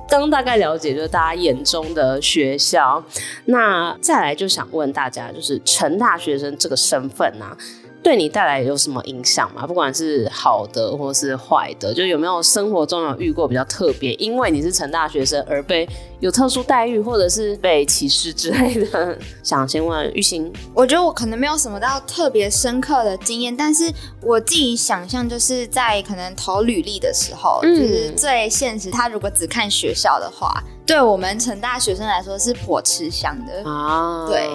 刚大概了解就是大家眼中的学校，那再来就想问大家，就是成大学生这个身份啊，对你带来有什么影响吗？不管是好的或是坏的，就有没有生活中有遇过比较特别，因为你是成大学生而被有特殊待遇或者是被歧视之类的？ 想先问玉兴，
我觉得我可能没有什么到特别深刻的经验，但是我自己想象就是在可能投履历的时候，
嗯
就是最现实。他如果只看学校的话，对我们成大学生来说是颇吃香的。
啊，
对，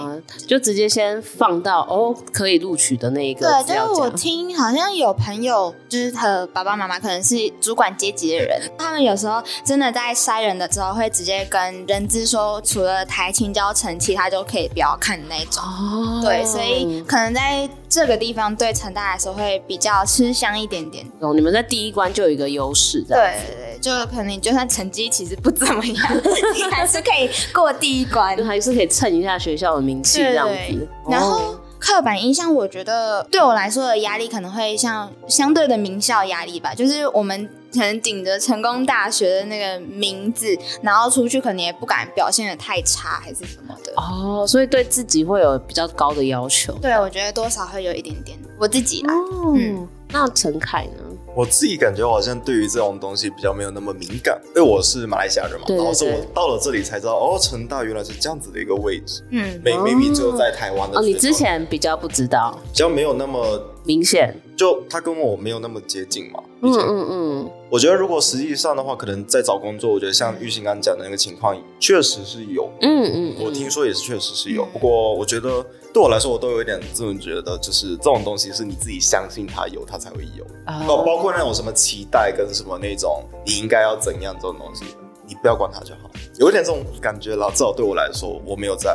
就直接先放到哦可以录取的那一个
对，
资
就
料
是我
夹
听好像有朋友，就是他的爸爸妈妈可能是主管阶级的人，他们有时候真的在筛人的时候会直接跟人资说，除了台青交成其他都可以不要看的那种。
哦
对，所以可能在这个地方对成大来说会比较吃香一点点。
哦，你们在第一关就有一个优势，这样
对对对，就可能你就算成绩其实不怎么样， 你还是可以过第一
哦
关
就。还是可以蹭一下学校的名气这样
对
子。
然后
哦
刻板印象，我觉得对我来说的压力可能会像相对的名校压力吧，就是我们可能顶着成功大学的那个名字，然后出去可能也不敢表现的太差还是什么的。
哦，所以对自己会有比较高的要求。
对，我觉得多少会有一点点我自己啦。
哦
嗯，那陈凯呢？
我自己感觉我好像对于这种东西比较没有那么敏感，因为我是马来西亚人嘛，
对对
然后是我
对
到了这里才知道，哦，成大原来是这样子的一个位置，
嗯，
没
哦
maybe 只有在台湾的
哦，你
学
之
校
前比较不知道，
比较没有那么，
明显。
就他跟我没有那么接近嘛。
嗯
毕竟
嗯嗯，
我觉得如果实际上的话，可能在找工作，我觉得像玉兴刚讲的那个情况，确实是有。
嗯嗯，
我听说也是确实是有，
嗯
不过我觉得对我来说，我都有一点这种觉得，就是这种东西是你自己相信它有，它才会有。包
哦，
包括那种什么期待跟什么那种你应该要怎样这种东西，你不要管它就好。有一点这种感觉啦，至少对我来说，我没有在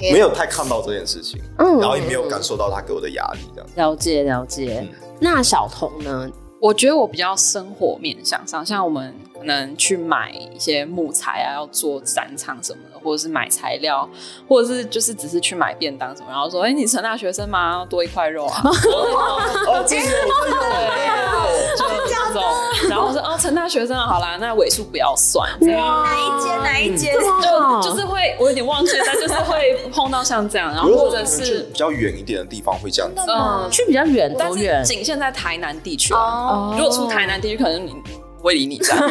没有太看到这件事情，
嗯
然后也没有感受到它给我的压力这样。
了解了解。那小童呢？
我觉得我比较生活面向上，像我们可能去买一些木材啊，要做展场什么的，或者是买材料，或者是就是只是去买便当什么，然后说，哎、你成大学生吗？要多一块肉啊，
哦， 这个我有，
就这种。然后我说，哦，成大学生啊好啦，那尾数不要算，这样
哪一间哪一间？
嗯
哦
就就是会，我有点忘记了，但就是会碰到像这样，然
比
后
如说
或者
可能去
是
比较远一点的地方会这样子。
嗯，
去比较远，
但
多
是
远？
仅限在台南地区啊。
哦
如果出台南地区，可能你我会理你这样。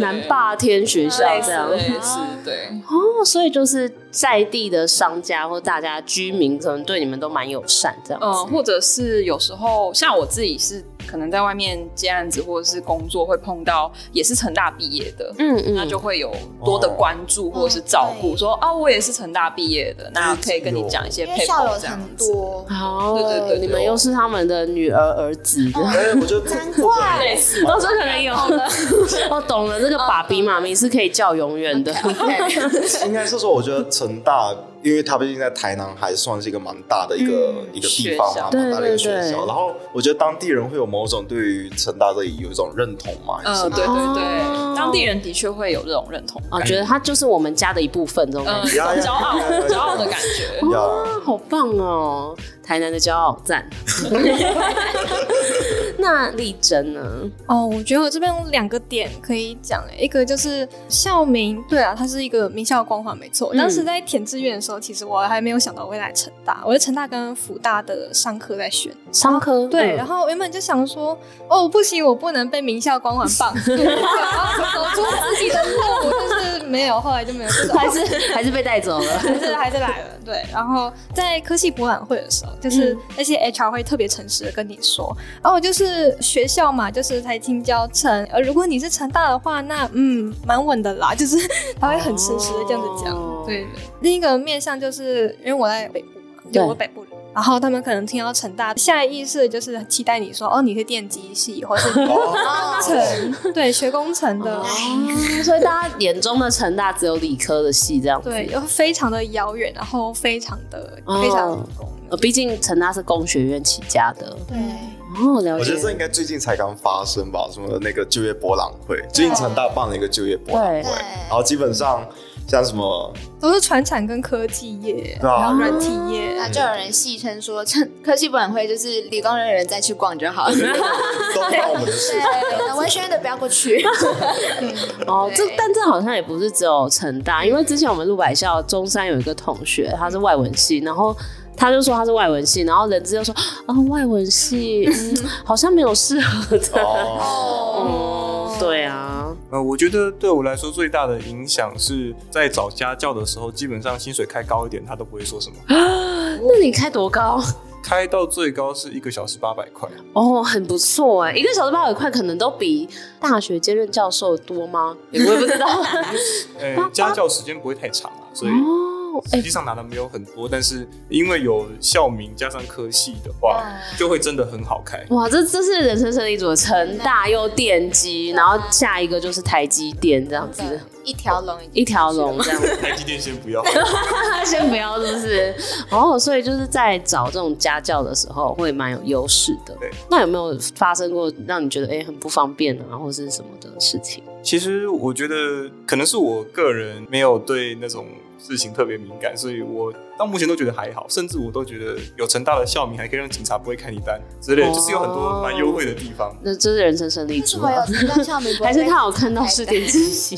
南霸天学校
类
这
似
样
类似，对，
哦，所以就是在地的商家或大家居民，可能对你们都蛮友善这样子。
嗯、或者是有时候像我自己是可能在外面接案子或者是工作会碰到，也是成大毕业的，
嗯嗯，
那就会有多的关注或者是照顾，
哦
说啊，我也是成大毕业的，那可以跟你讲一些
因为
配
校
合
友
这样
很
子。
多，
哦，
对对对对哦
你们又是他们的女儿儿子，
哎，我觉得这
难怪
类似
都是可能有。 我哦懂了，这个爸比妈咪是可以叫永远
哦
的。
应该是说，我觉得成大，因为它毕竟在台南还算是一个蛮大的一个、
嗯
一个地方嘛，蛮大的一个学校。
对对对
然后我觉得当地人会有某种对于成大这里有一种认同嘛，也是
嗯，对对
哦
对，当地人的确会有这种认同
啊，
感，
觉得他就是我们家的一部分，这种感
嗯，
觉。
骄
呀呀
傲
呀呀呀
骄傲的感 觉。
呀
啊，好棒哦！台南的骄傲，赞。 那丽珍呢？
哦，我觉得我这边有两个点可以讲，欸诶一个就是校名，对啊，它是一个名校光环，没错。
嗯
当时在填志愿的时候，其实我还没有想到我会来成大，我在成大跟福大的商科在选。
商科嗯
对，然
后
后原本就想说，哦，不行，我不能被名校光环绑住，对要走出自己的路，就是没有，后来就没有这 种。
还是还是被带走了。
还是还是来了，对。然后在科技博览会的时候，
嗯
就是那些 HR 会特别诚实的跟你说，哦，就是学校嘛，就是台青教成，呃，如果你是成大的话，那嗯，蛮稳的啦，就是 他会很诚实的这样子讲。
哦
对对，另一个面向就是因为我在北部嘛，
对
就我北部人。然后他们可能听到成大，下意识就是期待你说，哦，你是电机系，或是工程，对，学工程的，
哦所以大家眼中的成大只有理科的系这样子。
对，又非常的遥远，然后非常的
哦
非常理工
呃，毕竟成大是工学院起家的。
对，
哦，了
我觉
解
得。这应该最近才刚发生吧，什么那个就业博览会，最近成大办了一个就业博览会
对，
然后基本上像什么
都是传产跟科技业，
哦
对啊
然后软体业。
那就有人戏称说，趁 科技博览会就是理工人的人再去逛就好了。
都关我们的事
对，那文轩的不要过去。
哦，这
对
但这好像也不是只有成大，因为之前我们录百校中山有一个同学，他是外文系，然后。他就说他是外文系，然后人资就说啊、外文 系、嗯、好像没有适合的。
哦。
哦，对啊，
呃，我觉得对我来说最大的影响是在找家教的时候，基本上薪水开高一点，他都不会 说什么。
那你开多高？
开到最高是一个小时八百块，
哦，很不错哎，一个小时八百块，可能都比大学兼任教授多吗？哦也我也不 知道。
呃，家教时间不会太长啊，所以
哦，哎、
实际上拿的没有很多，但是因为有校名加上科系的话，就会真的很好 开。
哇，这这是人生胜利组，成大又电机，然后下一个就是台积电这样子，
一条龙已经
一条龙这 样子。
台积电先不要，
先不要，是不是？哦，所以就是在找这种家教的时候，会蛮有优势的
对。
那有没有发生过让你觉得哎、诶很不方便啊，或是什么的事情？
其实我觉得可能是我个人没有对那种事情特别敏感，所以我到目前都觉得还好，甚至我都觉得有成大的校名还可以让警察不会看你单之类的，
哦
就是有很多蛮优惠的地方。
那这是人生胜利
为什
组
么
啊、
有这段校名？
还是他有看到是电机系？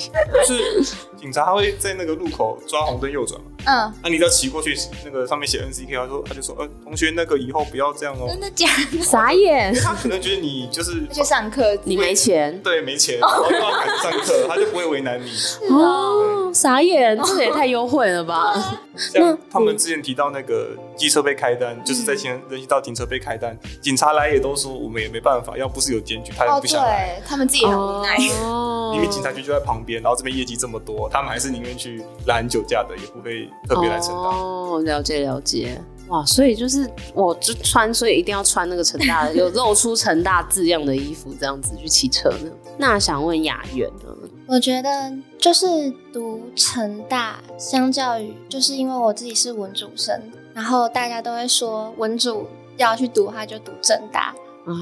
就是警察他会在那个路口抓红灯右转嘛，
嗯，
那、你只要骑过去，那个上面写 NCK，他说他就说，呃，同学那个以后不要这样哦、
真的假的？
傻眼，
他 可能觉得你就是
去上哦课，
你没钱
对没钱，然后又要赶着上课，他就不会为难你。
哦，傻眼，这个也太优惠了吧？
像他们之前提到那个机车被开单，就是在行人行道停车被开单，警察来也都说我们也没办法，要不是有检举，他也
哦，
不想来。
对他们自己很无奈。
哦
明明警察局就在旁边，然后这边业绩这么多，他们还是宁愿去拦酒驾的，也不会特别来成大。
哦，了解了解。哇，所以就是我就穿，所以一定要穿那个成大的有露出成大字样的衣服，这样子去骑车呢。那想问雅媛呢？
我觉得就是读成大，相较于就是因为我自己是文主生，然后大家都会说文主要去读的话就读正大，
啊，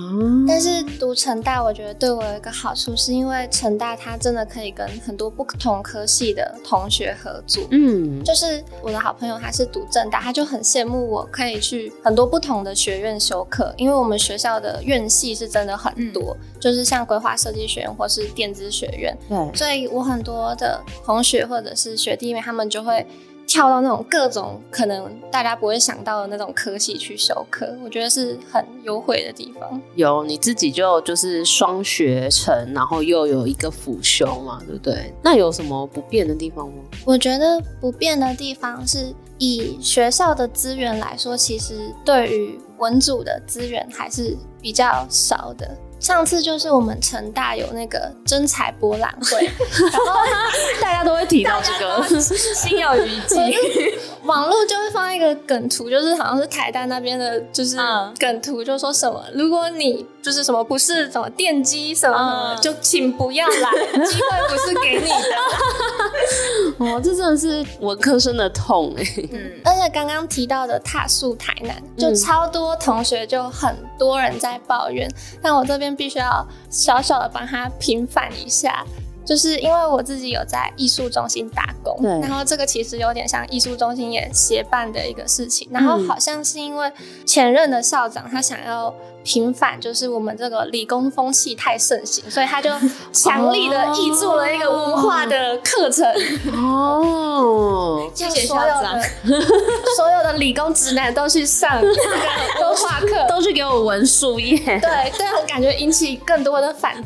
但是读成大，我觉得对我有一个好处，是因为成大它真的可以跟很多不同科系的同学合作。
嗯，
就是我的好朋友，他是读正大，他就很羡慕我可以去很多不同的学院修课，因为我们学校的院系是真的很多，就是像规划设计学院或是电子学院，
对，
所以我很多的同学或者是学弟妹，他们就会
跳到那种各种可能大家不会想到的那种科系去修课，我觉得是很优惠的地方。
有你自己就就是双学成，然后又有一个辅修嘛，对不对？那有什么不变的地方吗？
我觉得不变的地方是以学校的资源来说，其实对于文组的资源还是比较少的。上次就是我们成大有那个真才博览会，然后
大家都会提到这个，
心有余悸。
网络就会放一个梗图，就是好像是台大那边的，就是
嗯
梗图，就说什么如果你就是什么不是什么电机什么什么，
嗯
就请不要来，机会不是给你 的。
哦，这真的是文科生的痛哎、
嗯，
而且刚刚提到的踏宿台南，就
嗯
超多同学就很多人在抱怨，但我这边必须要小小的帮他平反一下。就是因为我自己有在艺术中心打工，
对
然后这个其实有点像艺术中心也协办的一个事情，然后
嗯
好像是因为前任的校长他想要平反，就是我们这个理工风气太盛行，所以 他就强力的挹注了一个文化的课程，
哦，
谢谢校长， 所有的理工直男都去上文化课。
都去给我文书页
对，这样感觉引起更多的反弹。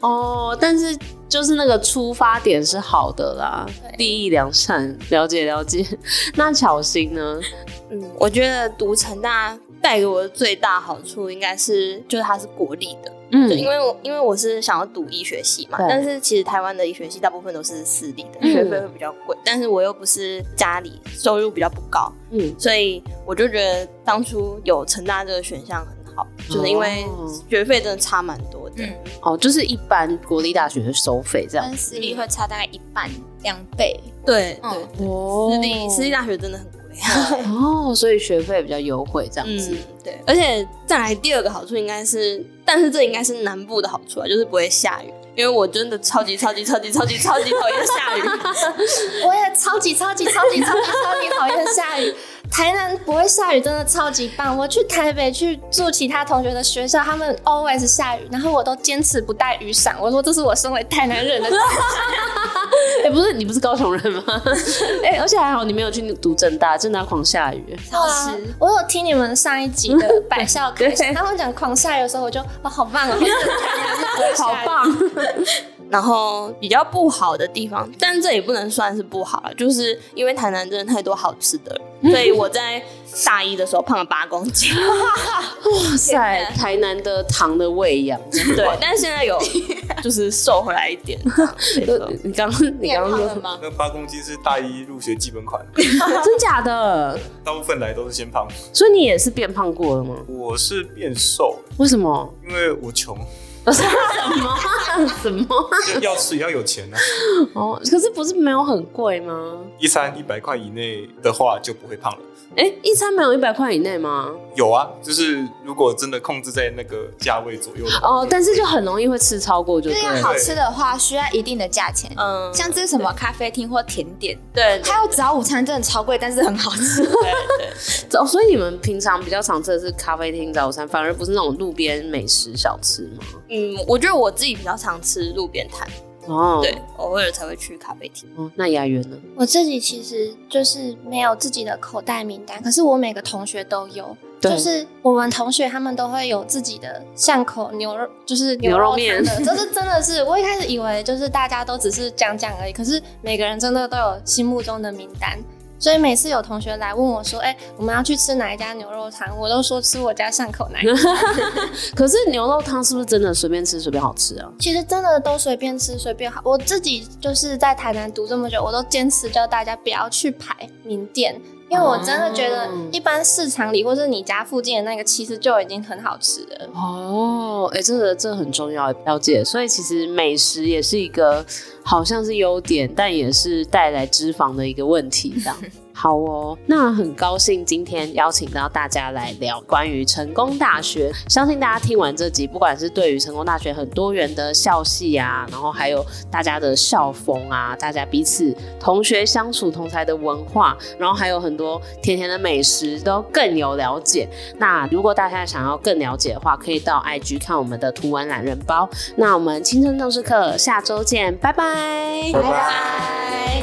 哦，但是就是那个出发点是好的啦，利益良善，了解了解。那巧心呢？
嗯， 我觉得读成大带给我的最大好处应该是，就是它是国立的，
嗯
就因为我因为我是想要读医学系嘛
对，
但是其实台湾的医学系大部分都是私立的，
嗯
学费会比较贵，但是我又不是家里收入比较不高，
嗯，
所以我就觉得当初有成大这个选项很好，就是因为
哦
学费真的差蛮多的。
哦，就是一般国立大学的收费这样。
跟私立会差大概一半两倍，
对
嗯
对，
哦
私立私立大学真的很贵。
哦，所以学费比较优惠这样 子。
嗯，对，而且再来第二个好处应该是，但是这应该是南部的好处啊，就是不会下雨，因为我真的超级超级超级超级超级讨厌 下雨。
我也超级超级超级超级超级讨厌下雨。台南不会下雨真的超级棒。我去台北去住其他同学的学校，他们 always 下雨，然后我都坚持不带雨伞。我说这是我身为台南人的
哎、不是你不是高雄人吗？ 哎、而且还好你没有去读正大，正大狂下雨。
对啊，我有听你们上一集的百校开始，他们讲狂下雨的时候，我就哦，好棒哦， 好棒！
然后比较不好的地方，但这也不能算是不好了，就是因为台南真的太多好吃的了，所以我在大一的时候胖了八公斤。
哇塞，台南的糖的喂养。
对，但是现在有就是瘦回来一点。这 样没错
你刚刚你刚刚说什么？
那八公斤是大一入学基本款，
真假的？
大部分来都是先胖。
所以你也是变胖过了吗？
我是变瘦，
为什么？
因为我穷，
什么？什么？
要吃也要有钱啊。
哦，可是不是没有很贵吗？
一餐一百块以内的话就不会胖了。
哎、一餐没有一百块以内吗？
有啊，就是如果真的控制在那个价位左右的话
哦，但是就很容易会吃超过，就
这
对
样
对
啊
了。
好吃的话，需要一定的价钱。
嗯，
像这是什么咖啡厅或甜点，
对对
还有早午餐真的超贵，但是很好吃。
对，
哦，所以你们平常比较常吃的是咖啡厅早餐，反而不是那种路边美食小吃吗？
嗯，我觉得我自己比较常吃路边摊，
哦，
对，偶尔才会去咖啡厅。
哦，那雅媛呢？
我自己其实就是没有自己的口袋名单，可是我每个同学都有。
对
就是我们同学他们都会有自己的巷口牛肉，就是
牛肉
肉
面
摊的，这是真的是我一开始以为就是大家都只是讲讲而已，可是每个人真的都有心目中的名单。所以每次有同学来问我说：“哎、我们要去吃哪一家牛肉汤？”我都说吃我家巷口那一家。
可是牛肉汤是不是真的随便吃随便好吃啊？
其实真的都随便吃随便好。我自己就是在台南读这么久，我都坚持叫大家不要去排名店，因为我真的觉得
哦
一般市场里或是你家附近的那个，其实就已经很好吃了。
哦，哎、这个这个很重要，了解。所以其实美食也是一个好像是优点，但也是带来脂肪的一个问题，这样。好哦，那很高兴今天邀请到大家来聊关于成功大学。相信大家听完这集，不管是对于成功大学很多元的校系啊，然后还有大家的校风啊，大家彼此同学相处同才的文化，然后还有很多甜甜的美食，都更有了解。那如果大家想要更了解的话，可以到 IG 看我们的图文懒人包。那我们青春正式课下周见，拜拜。
拜拜。
拜。